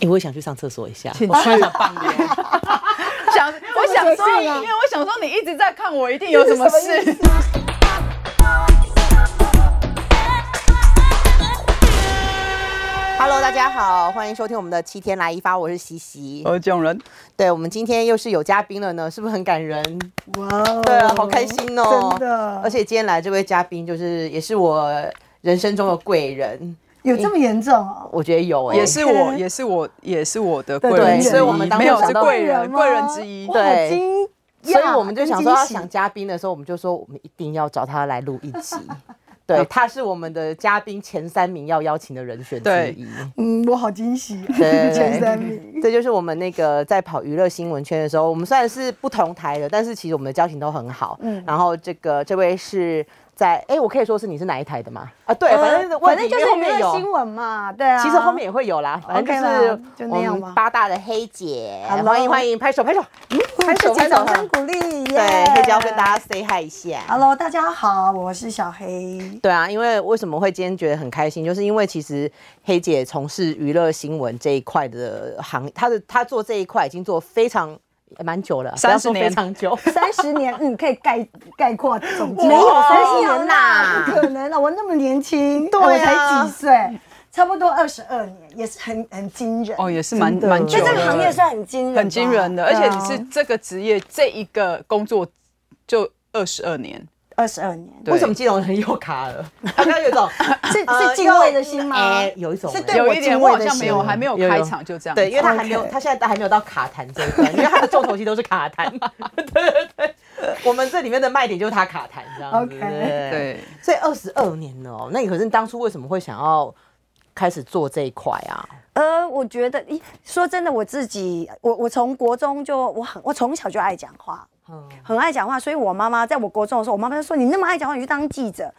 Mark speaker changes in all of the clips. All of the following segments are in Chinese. Speaker 1: 哎，我也想去上厕所一下。
Speaker 2: 请
Speaker 3: 我突然
Speaker 2: 去
Speaker 3: 想放牛，
Speaker 2: 想，我想说，因为我想说你一直在看我，一定有什么事。
Speaker 3: Hello，大家好，欢迎收听我们的七天来一发，我是西西。
Speaker 2: 我这种人，
Speaker 3: 对，我们今天又是有嘉宾了呢，是不是很感人？
Speaker 2: 哇哦，
Speaker 3: 对啊，好开心哦！
Speaker 2: 真的
Speaker 3: 而且今天来这位嘉宾，就是也是我人生中的贵人，
Speaker 4: 有这么严重哦？
Speaker 3: 我觉得有哎、
Speaker 2: 也是我，也是我，也是我的贵
Speaker 3: 对
Speaker 2: 人之一，
Speaker 3: 所以我们当初
Speaker 2: 没有
Speaker 3: 想
Speaker 2: 是
Speaker 3: 到啊
Speaker 2: 贵
Speaker 4: 人
Speaker 2: 人，
Speaker 4: 吗
Speaker 2: 贵人之一
Speaker 4: 我。
Speaker 3: 对
Speaker 4: 好惊讶
Speaker 3: 所以我们就想说要
Speaker 4: 跟惊喜
Speaker 3: 想嘉宾的时候，我们就说我们一定要找他来录一 集。对，他是我们的嘉宾前三名要邀请的人选之
Speaker 2: 对
Speaker 3: 一。
Speaker 4: 嗯，我好惊喜，
Speaker 3: 对
Speaker 4: 前三名。
Speaker 3: 这就是我们那个在跑娱乐新闻圈的时候，我们虽然是不同台的，但是其实我们的交情都很好。嗯，然后这个这位是在，哎，我可以说是你是哪一台的吗？啊，对，反正、
Speaker 4: 呃反正就是
Speaker 3: 后
Speaker 4: 娱
Speaker 3: 面
Speaker 4: 乐
Speaker 3: 有
Speaker 4: 新。闻嘛，对啊。
Speaker 3: 其实后面也会有啦，反正
Speaker 4: OK 啦
Speaker 3: 就是
Speaker 4: 就那
Speaker 3: 我
Speaker 4: 样
Speaker 3: 们
Speaker 4: 吧
Speaker 3: 八大的黑姐，
Speaker 4: Hello
Speaker 3: 欢迎欢迎，拍手拍手，拍
Speaker 4: 请
Speaker 3: 手拍手
Speaker 4: 掌，声鼓励。
Speaker 3: 对，黑姐要跟大家 say hi 一下。
Speaker 4: Hello，大家好，我是小黑。
Speaker 3: 对啊，因为为什么会今天觉得很开心，就是因为其实黑姐从事娱乐新闻这一块的行，她的她做这一块已经做非常呃蛮久了，不要说
Speaker 2: 30年
Speaker 3: 非常久。
Speaker 4: 三十年，嗯，可以概概括总结。
Speaker 3: 没有30
Speaker 4: 没有
Speaker 3: 年啦
Speaker 4: 不可能啦，啊我那么年轻，哎
Speaker 3: 对啊
Speaker 4: 我才几岁，差不多二十二年，也是很很惊人。
Speaker 2: 哦，也是蛮
Speaker 4: 真的
Speaker 2: 蛮久
Speaker 4: 在
Speaker 2: 的，
Speaker 4: 这个行业是很惊人，
Speaker 2: 很惊人的，而且你是
Speaker 4: 对啊
Speaker 2: 这个职业这一个工作就二十二年，
Speaker 4: 二十二年，
Speaker 2: 对
Speaker 3: 为什么基隆人又卡了？ 大家有一种
Speaker 4: 是
Speaker 3: 呃
Speaker 4: 是敬畏的心吗？
Speaker 3: 哎有一种
Speaker 4: 是
Speaker 3: 哎
Speaker 4: 对
Speaker 2: 呃有
Speaker 4: 我
Speaker 2: 一点
Speaker 4: 敬
Speaker 2: 我
Speaker 4: 畏
Speaker 2: 好
Speaker 4: 的
Speaker 2: 像没有，
Speaker 4: 心
Speaker 2: 还没有
Speaker 3: 有有
Speaker 2: 开场就这样子。
Speaker 3: 对，因为她还没有，
Speaker 4: OK
Speaker 3: 她现在还没有到卡痰这一段，因为她的重头戏都是卡痰。 对对对，我们这里面的卖点就是她卡痰这样子。
Speaker 4: OK
Speaker 3: 对
Speaker 2: 对，
Speaker 3: 所以二十二年了哦，那你可是当初为什么会想要开始做这一块啊？
Speaker 5: 呃，我觉得，咦，说真的，我自己，我我从国中就我很我从小就爱讲话，
Speaker 3: 嗯，
Speaker 5: 很爱讲话，所以我妈妈在我国中的时候，我妈妈就说你那么爱讲话，你去当记者。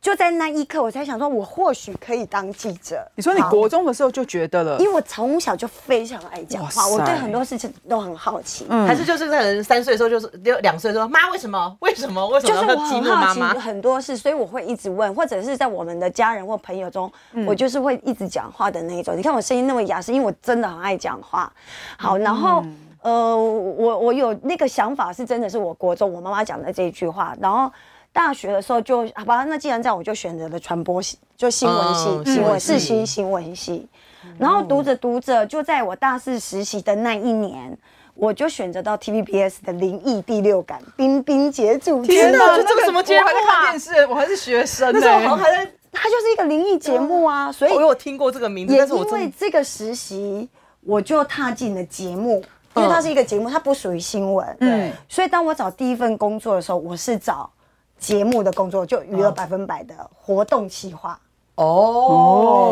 Speaker 5: 就在那一刻，我才想说，我或许可以当记者，
Speaker 2: 你说你国中的时候就觉得了
Speaker 5: 因，为我从小就非常爱讲
Speaker 2: 哇
Speaker 5: 话，我对
Speaker 2: 塞
Speaker 5: 很多事情都很好奇。
Speaker 3: 还是就是可能三岁的时候就是六两岁说妈为什么为什么为什
Speaker 5: 就
Speaker 3: 么
Speaker 5: 是
Speaker 3: 要
Speaker 5: 我
Speaker 3: 激
Speaker 5: 很
Speaker 3: 怒妈
Speaker 5: 好
Speaker 3: 妈
Speaker 5: 奇？很多事，所以我会一直问，或者是在我们的家人或朋友中，
Speaker 3: 嗯
Speaker 5: 我就是会一直讲话的那一种。你看我声音那么哑，是因为我真的很爱讲话。好，
Speaker 3: 嗯
Speaker 5: 然后。呃，我我有那个想法是真的是我国中我妈妈讲的这一句话，然后大学的时候就好吧，那既然这样，我就选择了传播系，就新闻系，
Speaker 3: 哦新
Speaker 5: 新
Speaker 3: 闻
Speaker 5: 闻
Speaker 3: 系
Speaker 5: 世新新闻系，
Speaker 3: 嗯
Speaker 5: 然后读着读着，就在我大四实习的那一年，我就选择到 TVBS 的《灵异第六感》，冰冰姐主持
Speaker 3: 天
Speaker 5: 的，
Speaker 3: 哪这
Speaker 2: 那
Speaker 3: 这
Speaker 2: 个
Speaker 3: 什么节
Speaker 2: 我
Speaker 3: 目
Speaker 2: 还在
Speaker 3: 啊
Speaker 2: 看电视，我还是学生欸呢。
Speaker 3: 那时候好像还在，
Speaker 5: 它就是一个灵异节目啊，所以
Speaker 3: 嗯哎哦我有听过这个名字，
Speaker 5: 也
Speaker 3: 但是我
Speaker 5: 因为
Speaker 3: 真
Speaker 5: 这个实习，我就踏进了节目，
Speaker 3: 嗯
Speaker 5: 因为它是一个节目，它不属于新闻，
Speaker 2: 嗯
Speaker 5: 嗯，所以当我找第一份工作的时候，我是找节目的工作，就娱
Speaker 3: 嗯
Speaker 5: 乐百分百的活动企划，
Speaker 3: 哦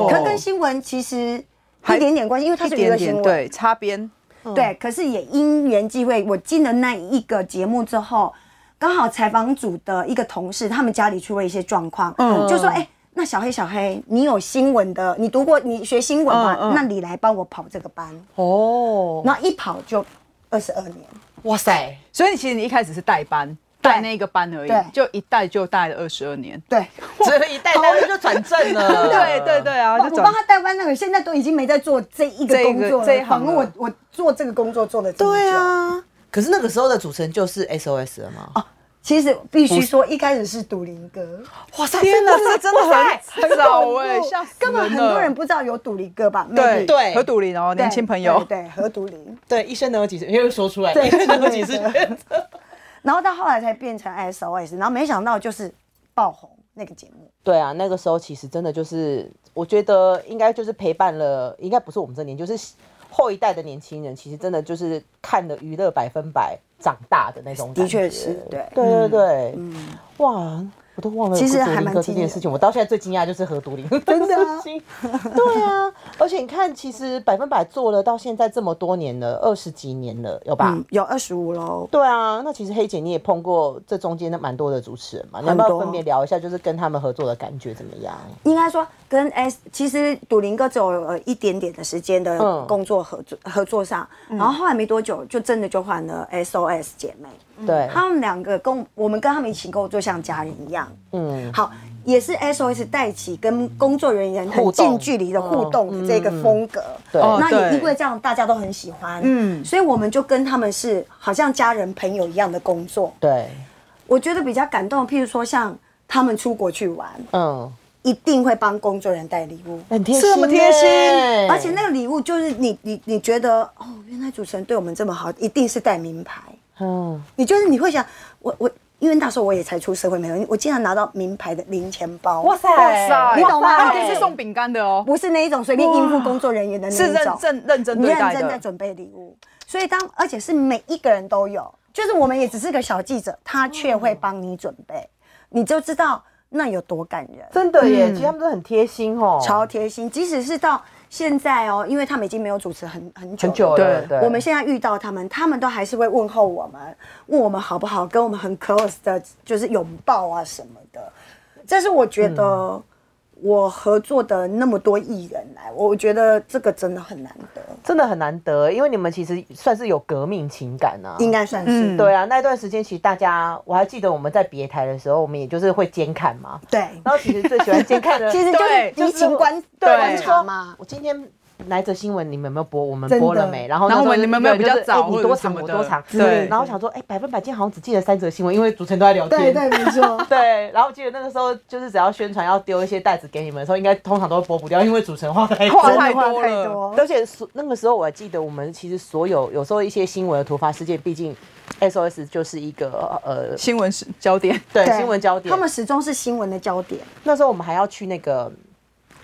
Speaker 5: 可能跟新闻其实一点点关系，因为它
Speaker 2: 一
Speaker 5: 是娱
Speaker 2: 点
Speaker 5: 乐新
Speaker 2: 点
Speaker 5: 闻，
Speaker 2: 对擦边，
Speaker 5: 对，可是也因缘际会，我进了那一个节目之后，刚好采访组的一个同事，他们家里出了一些状况，嗯，就说哎。那小黑，小黑，你有新闻的，你读过，你学新闻嘛？
Speaker 2: 嗯嗯
Speaker 5: 那你来帮我跑这个班，
Speaker 3: 哦，
Speaker 5: 然后一跑就二十二年，
Speaker 3: 哇塞，
Speaker 2: 所以其实你一开始是带班，带那个班而已
Speaker 5: 对，
Speaker 2: 就一带就带了二十二年。
Speaker 5: 对，
Speaker 3: 这一代代就转正 了，
Speaker 2: 对对对啊，
Speaker 5: 我
Speaker 2: 就
Speaker 5: 我帮
Speaker 2: 转
Speaker 5: 他代班那个，现在都已经没在做这一个
Speaker 2: 这一个
Speaker 5: 工作了，
Speaker 2: 这一行
Speaker 5: 反
Speaker 2: 了
Speaker 5: 正我我做这个工作做了这么久，
Speaker 3: 对啊。可是那个时候的主持人就是 SOS 了
Speaker 5: 哦
Speaker 3: 吗？
Speaker 5: 其实必须说一开始是独林哥，
Speaker 3: 哇塞，
Speaker 2: 天哪，
Speaker 3: 哪，
Speaker 2: 这个真的很很 早哎，吓死
Speaker 5: 根本很
Speaker 2: 了
Speaker 5: 多人不知道有独林哥吧？
Speaker 2: 对
Speaker 5: maybe
Speaker 3: 对
Speaker 2: 何笃林哦，年轻朋友，
Speaker 5: 对对何独林。
Speaker 3: 对一生能有几次，因为说出来
Speaker 5: 对
Speaker 3: 一生能有几次
Speaker 5: 之类
Speaker 3: 选择？
Speaker 5: 然后到后来才变成 SOS，然后没想到就是爆红那个节目。
Speaker 3: 对啊，那个时候其实真的就是，我觉得应该就是陪伴了，应该不是我们这年，就是后一代的年轻人，其实真的就是看了娱乐百分百长大的那种感觉。
Speaker 5: 的确是对嗯
Speaker 3: 对对对，哇。我都忘了，
Speaker 5: 其实还蛮
Speaker 3: 哥这
Speaker 5: 惊
Speaker 3: 件
Speaker 5: 人
Speaker 3: 事情，我到现在最惊讶就是何独林， 真的、
Speaker 5: 啊
Speaker 3: 对啊，而且你看，其实百分百做了到现在这么多年了，二十几年了，有吧？
Speaker 5: 嗯，有二十五喽。
Speaker 3: 对啊，那其实黑姐你也碰过这中间的蛮多的主持人嘛，你要不要
Speaker 5: 很多啊
Speaker 3: 分别聊一下，就是跟他们合作的感觉怎么样？
Speaker 5: 应该说跟 S，其实赌林哥只有呃一点点的时间的
Speaker 3: 嗯
Speaker 5: 工作合作、合作上，
Speaker 2: 嗯
Speaker 5: 然后后来没多久就真的就换了 SOS 姐妹，
Speaker 3: 对，
Speaker 5: 他们两个跟我我们跟他们一起工作像家人一样。
Speaker 3: 嗯，
Speaker 5: 好，也是 SOS 带起跟工作人员很
Speaker 3: 互动嗯
Speaker 5: 近距离的互动的这个风格。
Speaker 3: 对
Speaker 2: 哦
Speaker 5: 那也
Speaker 2: 对
Speaker 5: 因为这样大家都很喜欢，
Speaker 2: 嗯
Speaker 5: 嗯，所以我们就跟他们是好像家人朋友一样的工作。
Speaker 3: 对，
Speaker 5: 我觉得比较感动，譬如说像他们出国去玩，
Speaker 3: 嗯，
Speaker 5: 一定会帮工作人员带礼物。
Speaker 3: 很贴
Speaker 2: 这
Speaker 3: 心，
Speaker 2: 么贴心
Speaker 5: 而且那个礼物就是你你你觉得哦，原来主持人对我们这么好，一定是带名牌。
Speaker 3: 嗯，
Speaker 5: 你就是你会想，我我因为那时候我也才出社会没有，我经常拿到名牌的零钱包，
Speaker 4: 哇塞，
Speaker 2: 哇塞，
Speaker 5: 你懂吗
Speaker 2: 而且是送饼干的哦，
Speaker 5: 不是那一种随便应付工作人员的那
Speaker 2: 是
Speaker 5: 一
Speaker 2: 认
Speaker 5: 种，
Speaker 2: 真认真对
Speaker 5: 认
Speaker 2: 待
Speaker 5: 真在
Speaker 2: 的，
Speaker 5: 准备礼物。所以当而且是每一个人都有，就是我们也只是个小记者，他却会帮你准备，你就知道那有多感人。
Speaker 3: 真的耶，其实他们都很贴心哦，
Speaker 5: 嗯超贴心，即使是到现在哦，因为他们已经没有主持很很久
Speaker 3: 很久
Speaker 5: 了
Speaker 3: 了，
Speaker 2: 对
Speaker 3: 对，
Speaker 5: 我们现在遇到他们，他们都还是会问候我们，问我们好不好，跟我们很 close 的，就是拥抱啊什么的。这是我觉得我合作的那么多艺人来，我觉得这个真的很难得，
Speaker 3: 真的很难得，因为你们其实算是有革命情感啊，
Speaker 5: 应该算是、
Speaker 2: 嗯
Speaker 3: 对啊，那段时间其实大家，我还记得我们在别台的时候，我们也就是会监看嘛。
Speaker 5: 对。
Speaker 3: 然后其实最喜欢监看 的，
Speaker 5: 其实
Speaker 2: 对
Speaker 5: 就
Speaker 3: 就
Speaker 5: 是移
Speaker 3: 是
Speaker 5: 情观
Speaker 3: 对
Speaker 5: 观
Speaker 3: 就
Speaker 5: 察
Speaker 3: 说
Speaker 5: 嘛，
Speaker 3: 我今天来则新闻，你们有没有播？我们
Speaker 5: 真的
Speaker 3: 播了没？然后那
Speaker 2: 然后
Speaker 3: 时候
Speaker 2: 我们你们有没有
Speaker 3: 对就是
Speaker 2: 比较早
Speaker 3: 哎
Speaker 2: 或
Speaker 3: 你
Speaker 2: 者
Speaker 3: 多
Speaker 2: 是什
Speaker 3: 长
Speaker 2: 么
Speaker 3: 我
Speaker 2: 的
Speaker 3: 多长？
Speaker 2: 对
Speaker 3: 然后想说，哎，百分百今天好像只记得三则新闻，因为主持人都在聊天。。
Speaker 5: 对对，没错
Speaker 3: 对然后我记得那个时候，就是只要宣传要丢一些袋子给你们的时候，应该通常都会播不掉，因为主持人话太多
Speaker 2: 话
Speaker 5: 真的
Speaker 2: 太
Speaker 5: 话
Speaker 2: 多
Speaker 5: 太
Speaker 2: 了
Speaker 5: 多
Speaker 3: 而且所那个时候我还记得，我们其实所有有时候一些新闻的突发事件，毕竟 SOS 就是一个呃，
Speaker 2: 新闻是焦点，
Speaker 3: 对
Speaker 5: 对
Speaker 3: 新闻焦点。
Speaker 5: 他们始终是新闻的焦点。
Speaker 3: 那时候我们还要去那个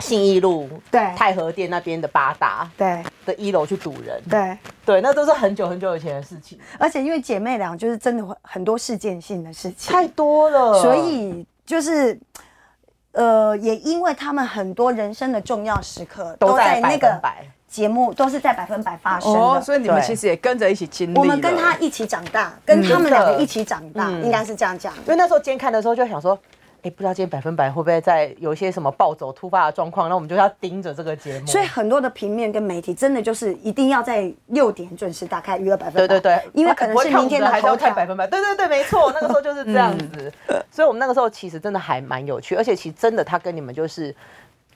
Speaker 3: 信义路
Speaker 5: 对
Speaker 3: 太和店那边的八达
Speaker 5: 对
Speaker 3: 的一楼去堵人，
Speaker 5: 对，
Speaker 3: 对，那都是很久很久以前的事情，
Speaker 5: 而且因为姐妹俩就是真的会很多事件性的事情，
Speaker 3: 太多了。
Speaker 5: 所以就是，呃，也因为他们很多人生的重要时刻
Speaker 3: 都在
Speaker 5: 那
Speaker 3: 百分
Speaker 5: 个
Speaker 3: 百，
Speaker 5: 节目，都是在百分百发生的。
Speaker 2: 哦，所以你们
Speaker 3: 对
Speaker 2: 其实也跟着一起经历了，
Speaker 5: 我们跟他一起长大，跟他们两个一起长大，
Speaker 3: 嗯
Speaker 5: 应该是这样讲。
Speaker 3: 因为那时候监看的时候就想说。哎，不知道今天百分百会不会在有一些什么暴走突发的状况，那我们就要盯着这个节目。
Speaker 5: 所以很多的平面跟媒体真的就是一定要在六点准时打开娱乐百分百，
Speaker 3: 对对对，
Speaker 5: 因为可能
Speaker 3: 不会
Speaker 5: 是
Speaker 3: 看
Speaker 5: 明天
Speaker 3: 我们还
Speaker 5: 的
Speaker 3: 是要
Speaker 5: 头
Speaker 3: 看
Speaker 5: 条。嗯
Speaker 3: 百分百。对对对，没错，那个时候就是这样子。所以我们那个时候其实真的还蛮有趣，而且其实真的他跟你们就是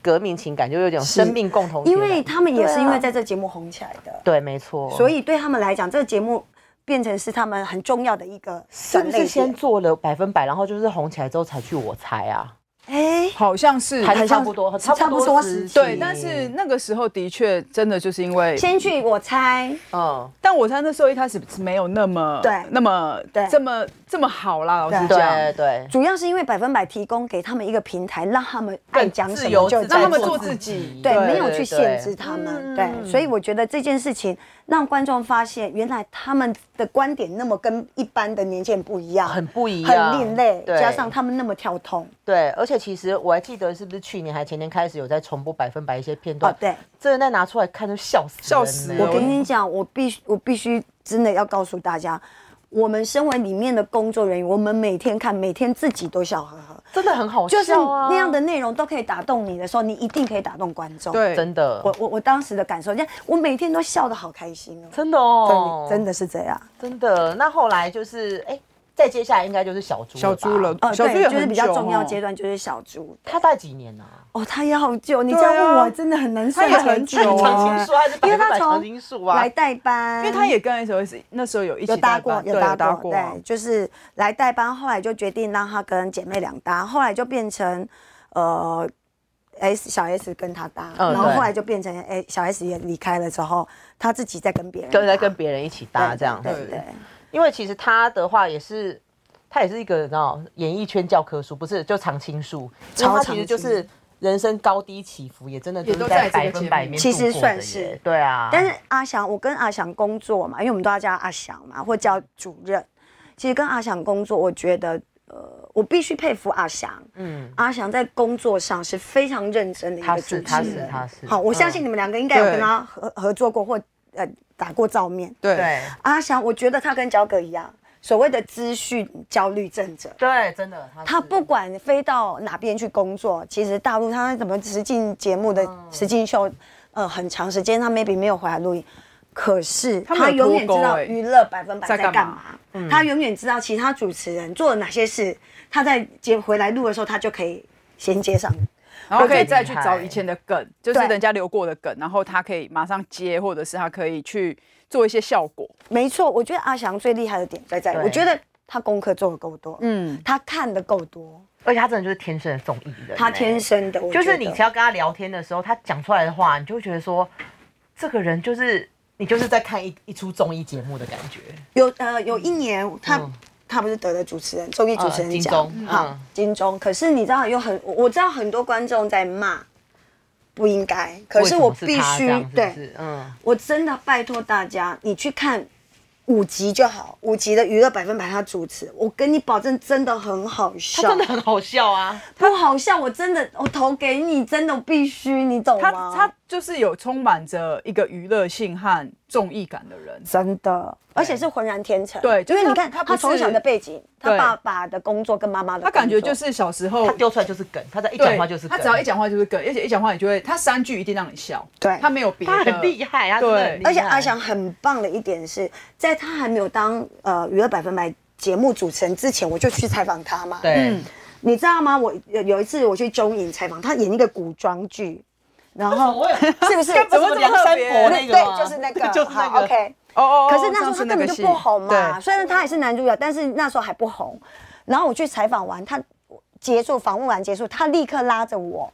Speaker 3: 革命情感，就有一种生命共同体
Speaker 5: 因
Speaker 3: 的感觉。
Speaker 5: 为他们也是
Speaker 2: 对啊
Speaker 5: 因为在这节目红起来的，
Speaker 3: 对，啊没错。
Speaker 5: 所以对他们来讲，这个节目变成是他们很重要的一个
Speaker 3: 是
Speaker 5: 转
Speaker 3: 不
Speaker 5: 类
Speaker 3: 是
Speaker 5: 点
Speaker 3: 先做了百分百，然后就是红起来之后才去我猜啊？
Speaker 5: 哎，
Speaker 2: 好像是
Speaker 3: 还是
Speaker 5: 很
Speaker 3: 差
Speaker 5: 像
Speaker 3: 不多，
Speaker 5: 差不多时期
Speaker 2: 对，但是那个时候的确真的就是因为，
Speaker 5: 先去我猜。
Speaker 3: 嗯，
Speaker 2: 但我猜那时候一开始是没有那么
Speaker 5: 对
Speaker 2: 那么
Speaker 5: 对
Speaker 2: 这么这么好啦，老实
Speaker 5: 对
Speaker 2: 讲
Speaker 3: 对。对，
Speaker 5: 主要是因为百分百提供给他们一个平台，让他们爱讲
Speaker 3: 自
Speaker 5: 什
Speaker 3: 由
Speaker 5: 么就
Speaker 3: 自在
Speaker 2: 让他们做
Speaker 5: 己
Speaker 2: 自己，
Speaker 5: 对，嗯
Speaker 3: 对嗯
Speaker 5: 没有
Speaker 3: 对
Speaker 5: 去限制他们，对，所以我觉得这件事情让观众发现，原来他们的观点那么跟一般的年轻人不一样，
Speaker 3: 很不一样，
Speaker 5: 很另类，
Speaker 3: 对
Speaker 5: 加上他们那么跳通，
Speaker 3: 对，而且其实我还记得，是不是去年还前年开始有在重播百分百一些片段？
Speaker 5: 哦对，
Speaker 3: 真的再拿出来看就笑死人
Speaker 2: 笑死
Speaker 3: 欸
Speaker 2: 对了
Speaker 5: 我跟你讲，我必须，我必须真的要告诉大家，我们身为里面的工作人员，我们每天看，每天自己都笑呵呵，
Speaker 3: 真的很好笑、啊，
Speaker 5: 就是那样的内容都可以打动你的时候，你一定可以打动观众。
Speaker 2: 对，
Speaker 3: 真的，
Speaker 5: 我我我当时的感受，像我每天都笑得好开心哦，
Speaker 3: 真的哦，
Speaker 5: 真的是这样。
Speaker 3: 真的。那后来就是，哎、再接下来应该就是小猪
Speaker 2: 小猪了
Speaker 3: 吧，
Speaker 5: 呃，
Speaker 2: 小猪
Speaker 5: 对，
Speaker 2: 也
Speaker 5: 就是
Speaker 2: 很
Speaker 5: 比较
Speaker 2: 久
Speaker 5: 重要
Speaker 2: 哦
Speaker 5: 阶段就是小猪
Speaker 3: 他大概几年啊？
Speaker 5: 哦，他也好久，你
Speaker 2: 对
Speaker 5: 这
Speaker 2: 啊
Speaker 5: 样问我真的很难算
Speaker 2: 他也很久
Speaker 5: 久
Speaker 2: 哦
Speaker 3: 常
Speaker 5: 啊
Speaker 3: 青树还是
Speaker 5: 因
Speaker 3: 百
Speaker 5: 为
Speaker 3: 分
Speaker 5: 他
Speaker 3: 百常
Speaker 5: 从
Speaker 3: 青树啊
Speaker 5: 来？代班，
Speaker 2: 因为他也跟 SOS 那时候有一起
Speaker 5: 有搭过
Speaker 2: 班，对
Speaker 5: 有搭
Speaker 2: 搭
Speaker 5: 过，
Speaker 2: 过，
Speaker 5: 对，就是来代班，后来就决定让他跟姐妹俩搭，后来就变成呃 S 小 S 跟他搭，
Speaker 3: 嗯
Speaker 5: 然后
Speaker 3: 对
Speaker 5: 后来就变成哎小 S 也离开了之后，他自己在跟别人搭，
Speaker 3: 跟在跟别人一起搭
Speaker 5: 对
Speaker 3: 这样
Speaker 5: 对
Speaker 3: 子，
Speaker 5: 对，
Speaker 3: 因为其实他的话也是，他也是一个你知道演艺圈教科书，不是就常青树，因为
Speaker 5: 超
Speaker 3: 他
Speaker 5: 常
Speaker 3: 其实就是人生高低起伏，也真的就
Speaker 2: 也都
Speaker 3: 是
Speaker 2: 在
Speaker 3: 在
Speaker 2: 这个
Speaker 3: 百分百里面
Speaker 5: 节目
Speaker 3: 度过的耶
Speaker 5: 其实算是
Speaker 3: 对啊，
Speaker 5: 但是阿翔，我跟阿翔工作嘛，因为我们都要叫他阿翔嘛，或叫主任。其实跟阿翔工作，我觉得，呃，我必须佩服阿翔。
Speaker 3: 嗯，
Speaker 5: 阿翔在工作上是非常认真的一
Speaker 3: 他
Speaker 5: 个
Speaker 3: 是
Speaker 5: 主
Speaker 3: 他
Speaker 5: 持
Speaker 3: 是
Speaker 5: 人。
Speaker 3: 他是，
Speaker 5: 好，我相信
Speaker 3: 嗯
Speaker 5: 你们两个应该有
Speaker 2: 对
Speaker 5: 跟他合合作过或呃打过照面。
Speaker 2: 对
Speaker 3: 对
Speaker 5: 阿翔，我觉得他跟焦哥一样，所谓的资讯焦虑症者。
Speaker 3: 对，真的他
Speaker 5: 他
Speaker 3: 是
Speaker 5: 不管飞到哪边去工作，其实大陆他怎么实境节目的
Speaker 2: 嗯
Speaker 5: 实境秀，呃，很长时间他 maybe 没有回来录影，可是
Speaker 2: 他们
Speaker 5: 他
Speaker 2: 有
Speaker 5: 永远
Speaker 2: 脱
Speaker 5: 知
Speaker 2: 钩
Speaker 5: 道
Speaker 2: 欸
Speaker 5: 娱乐百分百
Speaker 2: 在
Speaker 5: 在
Speaker 2: 干
Speaker 5: 干
Speaker 2: 嘛嗯
Speaker 5: 嘛，他永远知道其他主持人做了哪些事，他在接回来录的时候，他就可以衔接上。
Speaker 2: 然后可以
Speaker 3: 我觉得
Speaker 2: 再去找以前的梗，就是
Speaker 5: 对
Speaker 2: 人家留过的梗，然后他可以马上接，或者是他可以去做一些效果。
Speaker 5: 没错，我觉得阿翔最厉害的点在这里，
Speaker 3: 对
Speaker 5: 我觉得他功课做的够多，
Speaker 2: 嗯，
Speaker 5: 他看的够多，
Speaker 3: 而且他真的就是天生的综艺人欸，
Speaker 5: 他天生的，我觉
Speaker 3: 就
Speaker 5: 得
Speaker 3: 是你只要跟他聊天的时候，他讲出来的话，你就会觉得说，这个人就是你就是在看一一出综艺节目的感觉。
Speaker 5: 有呃有一年他、
Speaker 3: 嗯
Speaker 5: 他不是得了主持人综艺主持人
Speaker 3: 呃金
Speaker 5: 奖、
Speaker 3: 钟
Speaker 5: 好
Speaker 3: 嗯
Speaker 5: 金钟，可是你知道有很我我知道很多观众在骂，不应该，可是我必
Speaker 3: 为什么是他这
Speaker 5: 须
Speaker 3: 样是不
Speaker 5: 对。
Speaker 3: 是嗯，
Speaker 5: 我真的拜托大家，你去看五集就好，五集的娱乐百分百他主持，我跟你保证真的很好
Speaker 3: 他
Speaker 5: 笑，
Speaker 3: 真的很好笑啊，
Speaker 5: 不好笑，我真的我投给你，真的必须，你懂
Speaker 2: 他
Speaker 5: 吗？
Speaker 2: 他就是有充满着一个娱乐性和综艺感的人。
Speaker 5: 真的，呃而且是浑然天成，
Speaker 2: 对就
Speaker 5: 因
Speaker 2: 是
Speaker 5: 为你
Speaker 2: 他
Speaker 5: 看
Speaker 2: 他
Speaker 5: 他
Speaker 2: 不是
Speaker 5: 从小的背景，他
Speaker 2: 对
Speaker 5: 爸爸的工作跟妈妈的工
Speaker 2: 他
Speaker 5: 作，
Speaker 2: 感觉就是小时候
Speaker 3: 他丢出来就是梗，他在一
Speaker 2: 哦对
Speaker 3: 讲话就是
Speaker 2: 他
Speaker 3: 梗，
Speaker 2: 只要一讲话就是梗，而且一讲话你就会，他三句一定让你笑。
Speaker 5: 对
Speaker 2: 他没有别的，
Speaker 3: 他很厉害，他真的很
Speaker 2: 对
Speaker 3: 厉害
Speaker 5: 而且阿翔很棒的一点是，在他还没有当呃娱乐百分百节目主持人之前，我就去采访他嘛。，
Speaker 2: 嗯
Speaker 3: 对，
Speaker 5: 你知道吗？我有有一次我去中影采访，他演一个古装剧，然
Speaker 3: 哦
Speaker 5: 后是不是？
Speaker 3: 该不是
Speaker 2: 怎么这么
Speaker 3: 梁山伯
Speaker 2: 特
Speaker 3: 那
Speaker 5: 对
Speaker 3: 个吗
Speaker 5: 对，就是那个，
Speaker 3: 就是那
Speaker 5: 好
Speaker 3: 个。
Speaker 5: OK。
Speaker 2: 哦哦哦
Speaker 5: 可是那时
Speaker 2: 上
Speaker 5: 候
Speaker 2: 次
Speaker 5: 他根
Speaker 2: 个
Speaker 5: 本就
Speaker 2: 戏
Speaker 5: 不红嘛，
Speaker 2: 对
Speaker 5: 虽然他还是男主角，但是那时候还不红。然后我去采访完他，结束访问完结束，他立刻拉着我，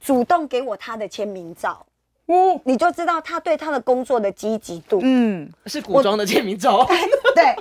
Speaker 5: 主动给我他的签名照，
Speaker 2: 哦，
Speaker 5: 你就知道他对他的工作的积极度。
Speaker 2: 嗯，
Speaker 3: 是古装的签名 照，
Speaker 5: 对。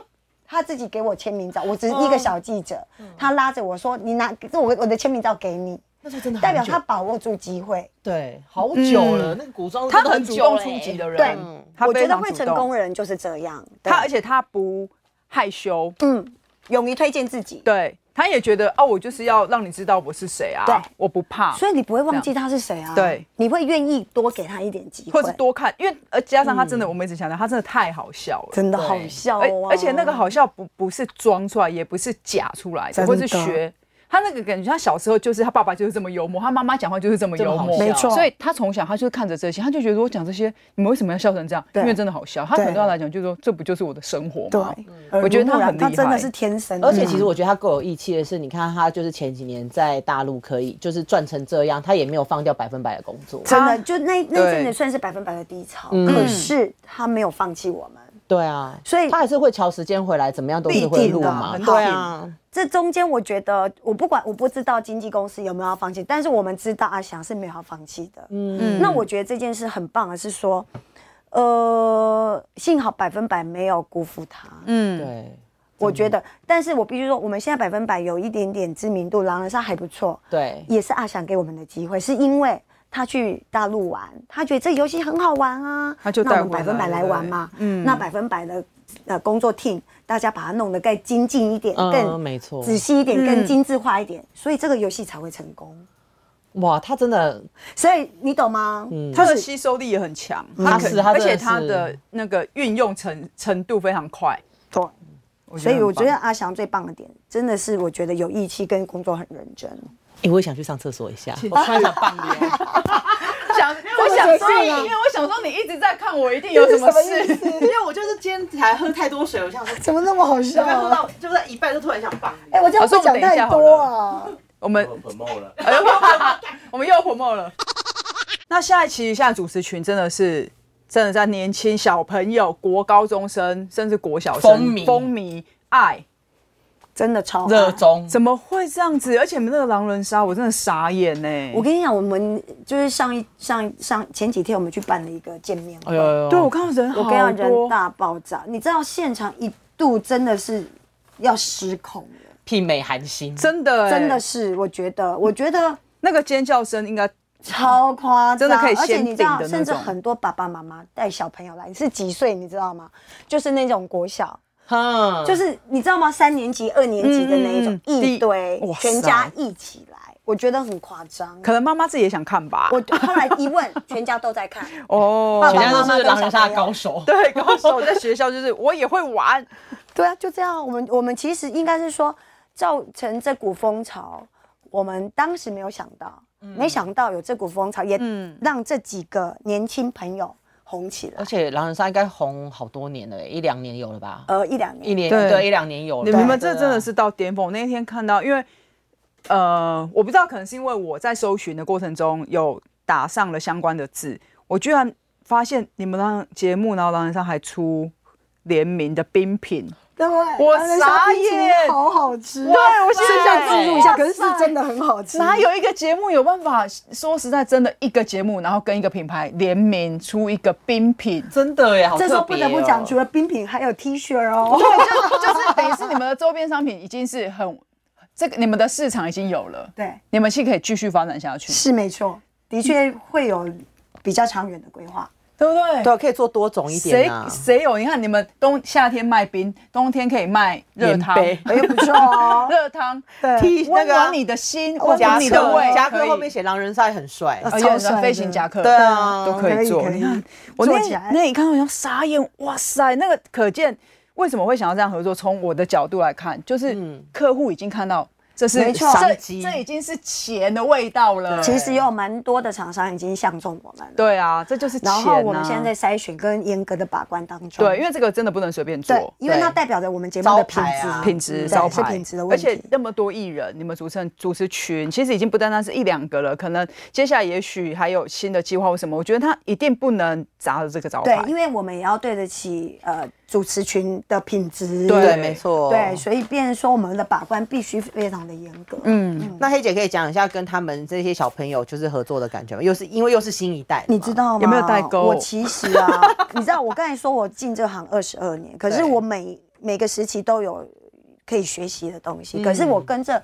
Speaker 5: 他自己给我签名照，我只是
Speaker 2: 嗯
Speaker 5: 一个小记者，他拉着我说：“你拿这我我的签名照给你，
Speaker 3: 那时候真
Speaker 2: 嗯
Speaker 3: 的
Speaker 5: 代表
Speaker 3: 很久
Speaker 5: 他把握住机会。
Speaker 3: 对好久了，那个古装
Speaker 2: 他
Speaker 3: 真的
Speaker 2: 很
Speaker 3: 久
Speaker 2: 主动
Speaker 3: 了
Speaker 2: 出击的人，
Speaker 5: 对
Speaker 2: 他
Speaker 5: 我觉
Speaker 2: 非
Speaker 5: 得
Speaker 2: 常
Speaker 5: 会
Speaker 2: 主
Speaker 5: 成
Speaker 2: 动
Speaker 5: 功。的人就是这样，对
Speaker 2: 他而且他不害羞，
Speaker 5: 嗯，勇于推荐自己。
Speaker 2: 对，他也觉得哦，我就是要让你知道我是谁啊，
Speaker 5: 对
Speaker 2: 我不怕，
Speaker 5: 所以你不会忘记他是谁啊？
Speaker 2: 这样对，
Speaker 5: 你会愿意多给他一点机会，
Speaker 2: 或者多看，因为呃加
Speaker 5: 嗯
Speaker 2: 上他真的，我们一直强调他真的太好笑了，
Speaker 5: 真的
Speaker 3: 对
Speaker 5: 好笑
Speaker 2: 而
Speaker 5: 哦、
Speaker 2: 哎而且那个好笑不不是装出来，也不是假出来的，
Speaker 5: 真的
Speaker 2: 或是学。他那个感觉，他小时候就是他爸爸就是这么幽默，他妈妈讲话就是这么幽默，
Speaker 3: 这么好笑没
Speaker 5: 错
Speaker 2: 所以他从小他就是看着这些，他就觉得我讲这些，你们为什么要笑成这样？
Speaker 5: 对
Speaker 2: 因为真的好笑。他
Speaker 5: 对
Speaker 2: 很多人来讲，就是说这不就是我的生活
Speaker 5: 对嗯
Speaker 2: 吗？，
Speaker 5: 耳
Speaker 2: 我觉得
Speaker 5: 濡
Speaker 2: 他
Speaker 5: 目染
Speaker 2: 很厉
Speaker 5: 他真
Speaker 2: 害
Speaker 5: 的是天生的，
Speaker 3: 而且其实我觉得他够有义气的是，你看他就是前几年在大陆可以就是赚成这样，他也没有放掉百分百的工作。
Speaker 5: 真
Speaker 2: 他
Speaker 5: 的就那那阵
Speaker 2: 对
Speaker 5: 子算是百分百的低潮，
Speaker 3: 嗯
Speaker 5: 可是他没有放弃我们。
Speaker 3: 对啊，
Speaker 5: 所以
Speaker 3: 他还是会调时间回来，怎么样都是会录嘛
Speaker 5: 必。定的
Speaker 3: 对啊，
Speaker 5: 这中间，我觉得我不管，我不知道经纪公司有没有要放弃，但是我们知道阿翔是没有要放弃的。
Speaker 3: 嗯，
Speaker 5: 那我觉得这件事很棒的是说，呃，幸好百分百没有辜负他。
Speaker 2: 嗯，
Speaker 3: 对
Speaker 5: 我觉得，但是我必须说，我们现在百分百有一点点知名度，狼人杀还不错，
Speaker 3: 对，
Speaker 5: 也是阿翔给我们的机会，是因为他去大陆玩，他觉得这个游戏很好玩啊，
Speaker 2: 他就
Speaker 5: 那我
Speaker 2: 带
Speaker 5: 们
Speaker 2: 过来
Speaker 5: 百分百来玩嘛，
Speaker 2: 对嗯
Speaker 5: 嗯，那百分百的呃工作 team，大家把它弄得更精进一点，
Speaker 3: 嗯，
Speaker 5: 更
Speaker 3: 没错。
Speaker 5: 仔细一点，
Speaker 2: 哦嗯
Speaker 5: 更精致化一点，所以这个游戏才会成功。
Speaker 3: 哇，他真的
Speaker 5: 所以你懂吗？嗯，
Speaker 2: 他的吸收力也很强，
Speaker 3: 他
Speaker 2: 可
Speaker 3: 是他
Speaker 2: 而
Speaker 3: 真
Speaker 2: 且
Speaker 3: 的
Speaker 2: 他
Speaker 3: 是
Speaker 2: 的那个运用程程度非常快，
Speaker 5: 对。所以
Speaker 2: 很
Speaker 5: 我觉得
Speaker 2: 棒
Speaker 5: 阿翔最棒的点，真的是我觉得有义气跟工作很认真。
Speaker 3: 哎、我也想去上厕所一下，我突然想放脸。
Speaker 2: 想，我想说，因为我想说你一直在看我，一定啊有什么事。
Speaker 1: 因为我就是今天才喝太多水，我想说
Speaker 4: 怎么那么好笑
Speaker 1: 有没有喝
Speaker 4: 啊？
Speaker 1: 到，就是在一半就突然想放
Speaker 4: 哎，我这样
Speaker 2: 老师
Speaker 4: 会
Speaker 2: 我们
Speaker 4: 讲
Speaker 2: 等一下
Speaker 4: 太
Speaker 2: 好
Speaker 4: 多
Speaker 2: 了
Speaker 4: 啊。
Speaker 2: 我们
Speaker 6: 我很冒了。
Speaker 2: 哎呦，我们又火冒了。 那下一期现在主持群真的是真的在年轻小朋友、国高中生，甚至国小生
Speaker 3: 风靡
Speaker 2: 风靡爱，
Speaker 5: 真的超爱
Speaker 3: 热衷，
Speaker 2: 怎么会这样子？而且你们那个狼人杀，我真的傻眼欸呢、
Speaker 5: 我跟你讲，我们就是上一上一上前几天我们去办了一个见面
Speaker 3: 哎
Speaker 5: 会，
Speaker 3: 呦哎呦，
Speaker 2: 对我看到人好
Speaker 5: 我跟你讲人
Speaker 2: 多，
Speaker 5: 大爆炸，你知道现场一度真的是要失控了，
Speaker 3: 媲美韩星，
Speaker 2: 真的、欸、
Speaker 5: 真的是，我觉得我觉得
Speaker 2: 那个尖叫声应该
Speaker 5: 超夸张，
Speaker 2: 真的可以
Speaker 5: 而且
Speaker 2: 先
Speaker 5: 你知道
Speaker 2: 顶的那，种
Speaker 5: 甚至很多爸爸妈妈带小朋友来，是几岁你知道吗？就是那种国小。
Speaker 3: 哼，
Speaker 5: 就是是你知道吗？三年级、二年级的那一
Speaker 2: 嗯
Speaker 5: 种
Speaker 2: 嗯嗯
Speaker 5: 一堆
Speaker 2: 哇，塞
Speaker 5: 全家一起来，我觉得很夸张。
Speaker 2: 可能妈妈自己也想看吧。
Speaker 5: 我后来一问，全家都在看，
Speaker 2: 哦
Speaker 5: 爸
Speaker 3: 全家
Speaker 5: 爸
Speaker 3: 都是狼人杀的
Speaker 5: 爸爸妈妈跟小朋友
Speaker 3: 高手。
Speaker 2: 对，高手在学校就是我也会玩，
Speaker 5: 对啊，就这样。我们我们其实应该是说，造成这股风潮，我们当时没有想到，没想到有这股风潮，也
Speaker 2: 嗯
Speaker 5: 让这几个年轻朋友红起来
Speaker 3: 而。且狼人杀应该红好多年了、一两年有了吧？
Speaker 5: 呃，一两
Speaker 3: 一年
Speaker 5: 年，
Speaker 2: 对
Speaker 3: 对一两年有了。
Speaker 2: 你
Speaker 3: 对
Speaker 2: 们这真的
Speaker 3: 对
Speaker 2: 是到巅峰。那一天看到，因为呃，我不知道，可能是因为我在搜寻的过程中有打上了相关的字，我居然发现你们让节目，然后狼人上还出联名的冰品，
Speaker 4: 对，
Speaker 2: 我
Speaker 4: 那个
Speaker 2: 傻
Speaker 4: 冰淇淋
Speaker 2: 眼
Speaker 4: 好好吃。
Speaker 2: 对我现在
Speaker 4: 想
Speaker 2: 想
Speaker 4: 自入一下，可是是真的很好吃。
Speaker 2: 哪有一个节目有办法说实在真的一个节目，然后跟一个品牌联名出一个冰品？
Speaker 3: 真的耶，好
Speaker 4: 这时候
Speaker 3: 特
Speaker 4: 不
Speaker 3: 别
Speaker 4: 得不
Speaker 3: 哦
Speaker 4: 讲，除了冰品，还有 T 恤哦。
Speaker 2: 对，就就是 等于是你们的周边商品已经是很这个你们的市场已经有了，
Speaker 4: 对，
Speaker 2: 你们是可以继续发展下去，
Speaker 4: 是没错，的确会有比较长远的规划。
Speaker 2: 对不对？
Speaker 3: 对，可以做多种一
Speaker 2: 谁
Speaker 3: 点啊。
Speaker 2: 谁有？你看你们冬夏天卖冰，冬天可以卖热汤，。
Speaker 3: 棉
Speaker 4: 哎，不错哦
Speaker 2: 热汤
Speaker 4: 对
Speaker 3: 踢那
Speaker 2: 温
Speaker 3: 个啊
Speaker 2: 暖你的心，
Speaker 4: 温
Speaker 2: 温
Speaker 4: 暖
Speaker 3: 夹
Speaker 2: 暖你的
Speaker 3: 克
Speaker 2: 胃，，呃
Speaker 3: 夹克
Speaker 2: 可以
Speaker 3: 后面写狼人杀也很帅。
Speaker 2: 而
Speaker 4: 超
Speaker 2: 且
Speaker 4: 帅的
Speaker 2: 飞行夹克，
Speaker 3: 对啊
Speaker 2: 都可
Speaker 4: 嗯可以
Speaker 2: 以做。
Speaker 4: 可以
Speaker 2: 你看我
Speaker 4: 做
Speaker 2: 那
Speaker 4: 起来
Speaker 2: 那一看，我想傻眼，哇塞，那个可见为什么会想要这样合作？从我的角度来看，就是客户已经看到这是
Speaker 3: 嗯没错
Speaker 2: 这
Speaker 3: 商机
Speaker 2: 这已经是钱的味道了。
Speaker 5: 其实有蛮多的厂商已经相中我们了。
Speaker 2: 对啊，这就是钱
Speaker 5: 然
Speaker 2: 啊。
Speaker 5: 后我们现在在筛选跟严格的把关当中。
Speaker 2: 对，因为这个真的不能随便
Speaker 5: 对
Speaker 2: 做，。
Speaker 5: 因为它
Speaker 3: 对
Speaker 5: 代表着我们节目的品
Speaker 3: 招牌
Speaker 5: 质
Speaker 3: 啊，
Speaker 2: 品质
Speaker 5: 对
Speaker 2: 招
Speaker 5: 是
Speaker 2: 牌
Speaker 5: 品质的
Speaker 2: 而
Speaker 5: 问
Speaker 2: 且
Speaker 5: 题。
Speaker 2: 那么多艺人，你们主持人主持群其实已经不单单是一两个了，可能接下来也许还有新的计划或什么。我觉得他一定不能砸了这个招牌
Speaker 5: 对，。因为我们也要对得起呃主持群的品质。
Speaker 2: 对
Speaker 3: 对，没错。
Speaker 5: 对，所以变成说我们的把关必须非常的严格。
Speaker 2: 嗯，
Speaker 3: 那黑姐可以讲一下跟他们这些小朋友就是合作的感觉吗？又是因为又是新一代的嘛，
Speaker 5: 你知道吗？
Speaker 2: 有没有代沟
Speaker 5: 我其实 啊，你知道我刚才说我进这行二十二年，可是
Speaker 2: 对
Speaker 5: 我每每个时期都有可以学习的东
Speaker 2: 嗯
Speaker 5: 西。可是我跟这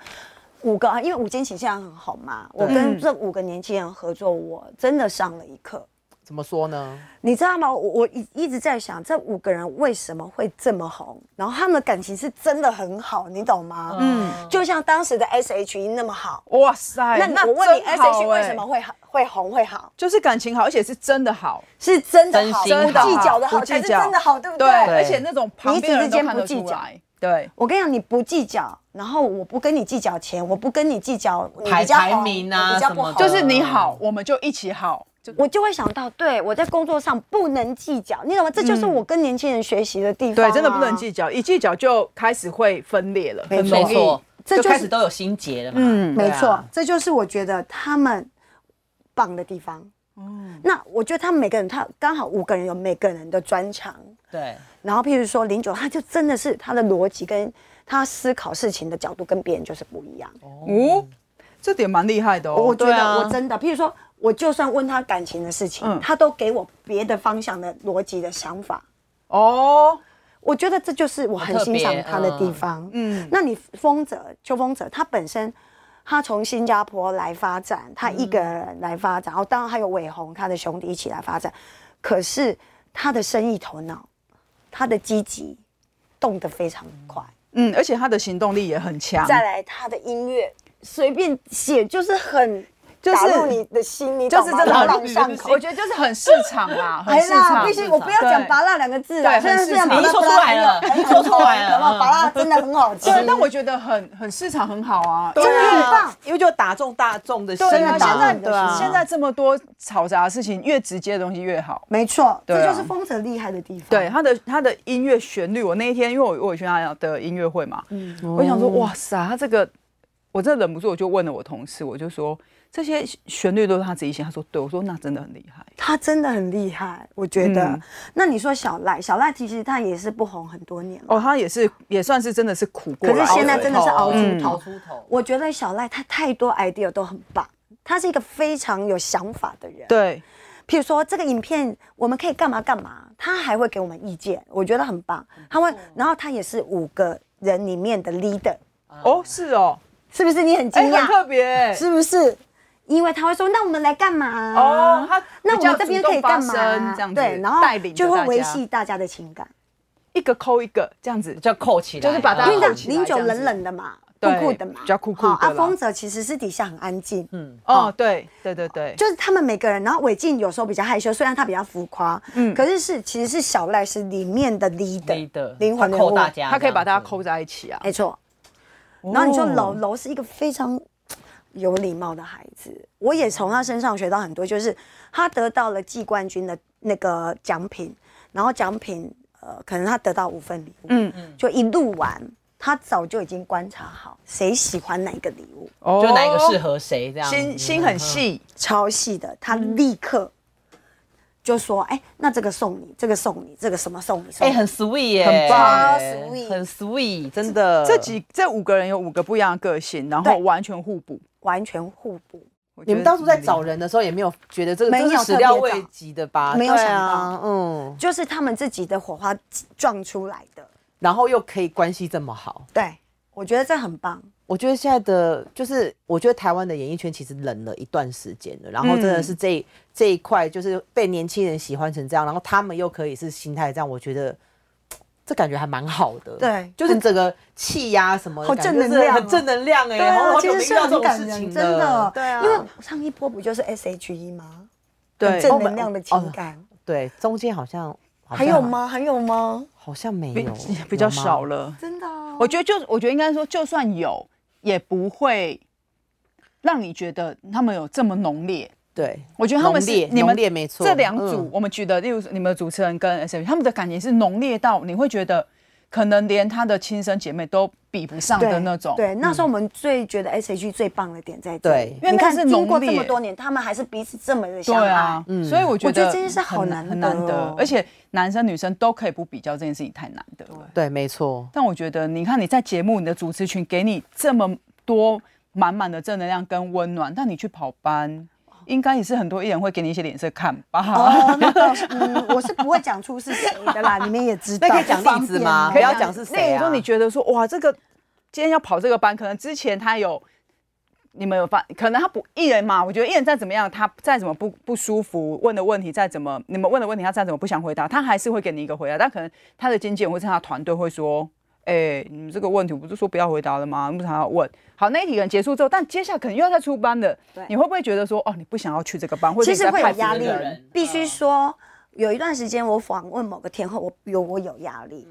Speaker 5: 五个，因为五间起现在很好嘛，我跟这五个年轻人合作，我真的上了一课。
Speaker 3: 怎么说呢？
Speaker 5: 你知道吗？我我一一直在想，这五个人为什么会这么红？然后他们的感情是真的很好，你懂吗？嗯，就像当时的 S.H.E 那么好。
Speaker 2: 哇塞，
Speaker 5: 那我问你
Speaker 2: 哎真好
Speaker 5: ，S.H.E 为
Speaker 2: 欸
Speaker 5: 什么会好会红会好？
Speaker 2: 就是感情好，而且是真的好，
Speaker 5: 是真的好，
Speaker 3: 真心
Speaker 5: 不
Speaker 3: 好
Speaker 5: 计较的好
Speaker 2: 不计
Speaker 5: 才是
Speaker 2: 较
Speaker 5: 真的好，对不
Speaker 2: 对，
Speaker 5: 对？
Speaker 2: 而且那种旁边的人都看得
Speaker 5: 彼此之
Speaker 2: 出
Speaker 5: 间不
Speaker 2: 来，对，
Speaker 5: 我跟你讲，你不计较，然后我不跟你计较钱，我不跟你计较你
Speaker 3: 排
Speaker 5: 比较
Speaker 3: 排
Speaker 5: 好，
Speaker 3: 名
Speaker 5: 我
Speaker 3: 啊
Speaker 5: 比较
Speaker 3: 什
Speaker 5: 不
Speaker 3: 么
Speaker 5: 好，
Speaker 3: 的
Speaker 2: 就是你好，我们就一起好，就
Speaker 5: 我就会想到，对我在工作上不能计较，你懂吗？这就是我跟年轻人学习的地
Speaker 2: 嗯
Speaker 5: 方、啊
Speaker 2: 对，真的不能。计较，一计较就开始会分裂了，很
Speaker 3: 没
Speaker 2: 容
Speaker 3: 错
Speaker 2: 易。，
Speaker 5: 这
Speaker 3: 就
Speaker 5: 就是
Speaker 3: 开始都有心结了嘛。
Speaker 2: 嗯
Speaker 3: 对
Speaker 4: 没
Speaker 3: 啊
Speaker 4: 错，
Speaker 5: 这就是我觉得他们棒的地方。
Speaker 3: 嗯
Speaker 5: 那我觉得他们每个人，他刚好五个人有每个人的专长。
Speaker 3: 对，
Speaker 5: 然后譬如说零九，他就真的是他的逻辑跟他思考事情的角度跟别人就是不一样。
Speaker 2: 哦，这点蛮厉害的哦，
Speaker 5: 我觉
Speaker 3: 对啊
Speaker 5: 得我真的，譬如说，我就算问他感情的事情，
Speaker 2: 嗯
Speaker 5: 他都给我别的方向的逻辑的想法。
Speaker 2: 哦，
Speaker 5: 我觉得这就是我很
Speaker 3: 很特
Speaker 5: 欣赏
Speaker 3: 别
Speaker 5: 他的地
Speaker 3: 嗯
Speaker 5: 方。
Speaker 2: 嗯
Speaker 5: 嗯，那你风泽邱风泽，他本身他从新加坡来发展，他一个
Speaker 2: 嗯
Speaker 5: 人来发展，然后当然还有伟鸿他的兄弟一起来发展，可是他的生意头脑，他的积极动得非常快。
Speaker 2: 嗯，而且他的行动力也很强，
Speaker 5: 再来，他的音乐随便写就是很
Speaker 2: 就是
Speaker 5: 打入你的心，你
Speaker 2: 就是真的
Speaker 5: 朗
Speaker 2: 很
Speaker 5: 朗上口
Speaker 2: 我。觉得就是很市场 啦，
Speaker 5: 哎
Speaker 2: 很市
Speaker 5: 啦，
Speaker 2: 场
Speaker 5: 必。须我不要讲“拔辣”两个字啊，
Speaker 2: 对很市场
Speaker 5: 拔
Speaker 2: 你
Speaker 5: 辣
Speaker 3: 说
Speaker 5: 拔
Speaker 3: 出
Speaker 5: 辣
Speaker 3: 来 了
Speaker 5: 很有
Speaker 3: 你说出来了
Speaker 5: 很有好不好
Speaker 3: 嗯
Speaker 5: 拔辣真的很好吃
Speaker 2: 对，，但我觉得很很市场很好啊，
Speaker 5: 真的很棒。
Speaker 3: 因为就打中大众的心
Speaker 2: 对
Speaker 3: 嘛
Speaker 2: 啊，现在
Speaker 3: 对啊，
Speaker 2: 现在这么多嘈杂的事情，越直接的东西越好。
Speaker 5: 没错，
Speaker 2: 对啊
Speaker 5: 这就是风筝厉害的地方。
Speaker 2: 对，他的他的音乐旋律，我那一天因为我我有去他的音乐会嘛，
Speaker 3: 嗯
Speaker 2: 哦我想说哇塞，他这个我真的忍不住，我就问了我同事，我就说这些旋律都是他自己写，他说对，我说那真的很厉害，
Speaker 5: 他真的很厉害，我觉得。
Speaker 2: 嗯
Speaker 5: 那你说小赖，小赖其实他也是不红很多年了，
Speaker 2: 哦，他也是也算是真的是苦过
Speaker 5: 可
Speaker 2: 来
Speaker 5: 是
Speaker 2: 了，嗯
Speaker 5: 现在
Speaker 3: 啊
Speaker 5: 真的是熬出头。
Speaker 3: 出头。
Speaker 5: 我觉得小赖他太多 idea 都很棒，他是一个非常有想法的人。
Speaker 2: 对，
Speaker 5: 譬如说这个影片我们可以干嘛干嘛，他还会给我们意见，我觉得很棒。他会，然后他也是五个人里面的 leader，
Speaker 2: 哦是哦，
Speaker 5: 是不是？你很惊
Speaker 2: 哎很特
Speaker 5: 讶，
Speaker 2: 别欸，
Speaker 5: 是不是？因为他会说，那我们来干嘛？
Speaker 2: 哦他
Speaker 5: 那我
Speaker 2: 比较
Speaker 5: 们这边可以干
Speaker 2: 主动发声
Speaker 5: 嘛？
Speaker 2: 这样子
Speaker 5: 对，然后
Speaker 2: 带领着
Speaker 5: 就
Speaker 2: 大
Speaker 5: 会
Speaker 2: 家
Speaker 5: 维系大家的情感，
Speaker 2: 一个扣一个这样子，
Speaker 3: 就扣起来，
Speaker 2: 就是把大
Speaker 5: 因
Speaker 2: 家扣
Speaker 5: 为那
Speaker 2: 起来
Speaker 5: 零九
Speaker 2: 这样子
Speaker 5: 冷冷的嘛，酷
Speaker 2: 对
Speaker 5: 酷的嘛，
Speaker 2: 比较酷酷的
Speaker 5: 好啊，
Speaker 2: 啦
Speaker 5: 风泽其实是底下很安静，嗯，
Speaker 2: 哦对对对对，
Speaker 5: 就是他们每个人，然后韦静有时候比较害羞，虽然他比较浮夸，嗯，可是是其实是小赖是里面的 leader，
Speaker 3: 的
Speaker 5: 灵魂人物
Speaker 3: 扣大家，
Speaker 2: 他可以把大家扣在一起啊，
Speaker 5: 没错。然后你说楼楼是一个非常有礼貌的孩子，我也从他身上学到很多，就是他得到了季冠军的那个奖品，然后奖品呃，可能他得到五份礼物，嗯嗯，就一路玩，他早就已经观察好谁喜欢哪一个礼物，
Speaker 2: 哦
Speaker 3: 就哪一个适合谁这样。嗯
Speaker 2: 心心很细，
Speaker 5: 超细的，他立刻就说：“哎、那这个送你，这个送你，这个什么送你？”送
Speaker 3: 哎、
Speaker 5: 你
Speaker 3: 很 sweet 耶、
Speaker 2: 很棒
Speaker 5: 超 sweet
Speaker 3: 很 sweet，真的。
Speaker 2: 嗯这几这五个人有五个不一样的个性，然后
Speaker 5: 对
Speaker 2: 完全互补。
Speaker 5: 完全互补，
Speaker 2: 我觉得
Speaker 3: 你们当初在找人的时候也没有觉得这个
Speaker 5: 没有
Speaker 3: 这是始料未及的吧？
Speaker 5: 没有
Speaker 3: 对
Speaker 5: 想
Speaker 3: 啊
Speaker 5: 到，
Speaker 3: 嗯，
Speaker 5: 就是他们自己的火花撞出来的。
Speaker 3: 然后又可以关系这么好，
Speaker 5: 对，我觉得这很棒。
Speaker 3: 我觉得现在的就是，我觉得台湾的演艺圈其实冷了一段时间了，然后真
Speaker 5: 嗯
Speaker 3: 的是这、这一块就是被年轻人喜欢成这样，然后他们又可以是心态这样，我觉得。嘖这感觉还蛮好的，
Speaker 5: 对
Speaker 3: 就是整个气呀、什么的
Speaker 5: 好
Speaker 3: 感觉，
Speaker 5: 正能
Speaker 3: 就是
Speaker 5: 量哦
Speaker 3: 很正能量哎、
Speaker 5: 对啊
Speaker 3: 好好
Speaker 5: 其
Speaker 3: 久
Speaker 5: 实
Speaker 3: 没遇
Speaker 5: 是
Speaker 3: 到这
Speaker 5: 很
Speaker 3: 种
Speaker 5: 感
Speaker 3: 事
Speaker 5: 人
Speaker 3: 情
Speaker 5: 真的
Speaker 3: 对啊，
Speaker 5: 因为上一波不就是 S H E 吗？
Speaker 2: 对
Speaker 5: 很正能量的
Speaker 3: 哦
Speaker 5: 情感。
Speaker 3: 对中间好像好像
Speaker 5: 还有？吗？还有吗？
Speaker 3: 好像没
Speaker 2: 比
Speaker 3: 有，
Speaker 2: 比较
Speaker 3: 有吗
Speaker 2: 少了。
Speaker 5: 真的哦、
Speaker 2: 我觉得就我觉得应该说，就算有，也不会让你觉得他们有这么浓烈。
Speaker 3: 对，
Speaker 2: 我觉得他们
Speaker 3: 浓
Speaker 2: 是
Speaker 3: 烈
Speaker 2: 你
Speaker 3: 浓
Speaker 2: 们
Speaker 3: 烈没错
Speaker 2: 这两
Speaker 3: 嗯
Speaker 2: 组，我们举的，例如你们的主持人跟呃 S H，他们的感情是浓烈到你会觉得，可能连他的亲生姐妹都比不上的那种。啊
Speaker 5: 对，那时候我们最觉得 S H E 最棒的点在这
Speaker 3: 对
Speaker 5: 里，
Speaker 2: 因为
Speaker 5: 你
Speaker 2: 那
Speaker 5: 看
Speaker 2: 是
Speaker 5: 经过
Speaker 2: 浓
Speaker 5: 这
Speaker 2: 烈
Speaker 5: 么多年，他们还是彼此这么的
Speaker 2: 对
Speaker 5: 相爱。
Speaker 2: 啊，所以我觉
Speaker 5: 我觉
Speaker 2: 得
Speaker 5: 得这件事好
Speaker 2: 很
Speaker 5: 难
Speaker 2: 很
Speaker 5: 得
Speaker 2: 难得
Speaker 5: 哦，
Speaker 2: 而且男生女生都可以不比较，这件事情太难得了。
Speaker 3: 对，没错，
Speaker 2: 但我觉得，你看你在节目，你的主持群给你这么多满满的正能量跟温暖，但你去跑班，应该也是很多艺人会给你一些脸色看吧？
Speaker 5: 哦，那倒是，嗯，我是不会讲出是谁的啦，你们也知道。
Speaker 3: 那可以讲例子吗不
Speaker 5: 不方便
Speaker 3: 要
Speaker 5: 啊
Speaker 3: 讲是
Speaker 2: 例
Speaker 3: 谁
Speaker 2: 如
Speaker 3: 啊
Speaker 2: 说，你觉得说哇，这个今天要跑这个班，可能之前他有你们有发，可能他不艺人嘛，我觉得艺人再怎么样，他再怎么不不舒服，问的问题再怎么你们问的问题，他再怎么不想回答，他还是会给你一个回答。但可能他的经纪人或是他的团队会说。哎、你们这个问题我不是说不要回答了吗？你为啥要问？好，那一题可能结束之后，但接下来可能又要再出班了。
Speaker 5: 对
Speaker 2: 你会不会觉得说，哦，你不想要去这个班，或者
Speaker 5: 其
Speaker 2: 你
Speaker 5: 实
Speaker 2: 在
Speaker 5: 会有
Speaker 2: 派别
Speaker 5: 压
Speaker 2: 的
Speaker 5: 力
Speaker 2: 人，
Speaker 5: 必须说有一段时间我访问某个天后，我有我有压力，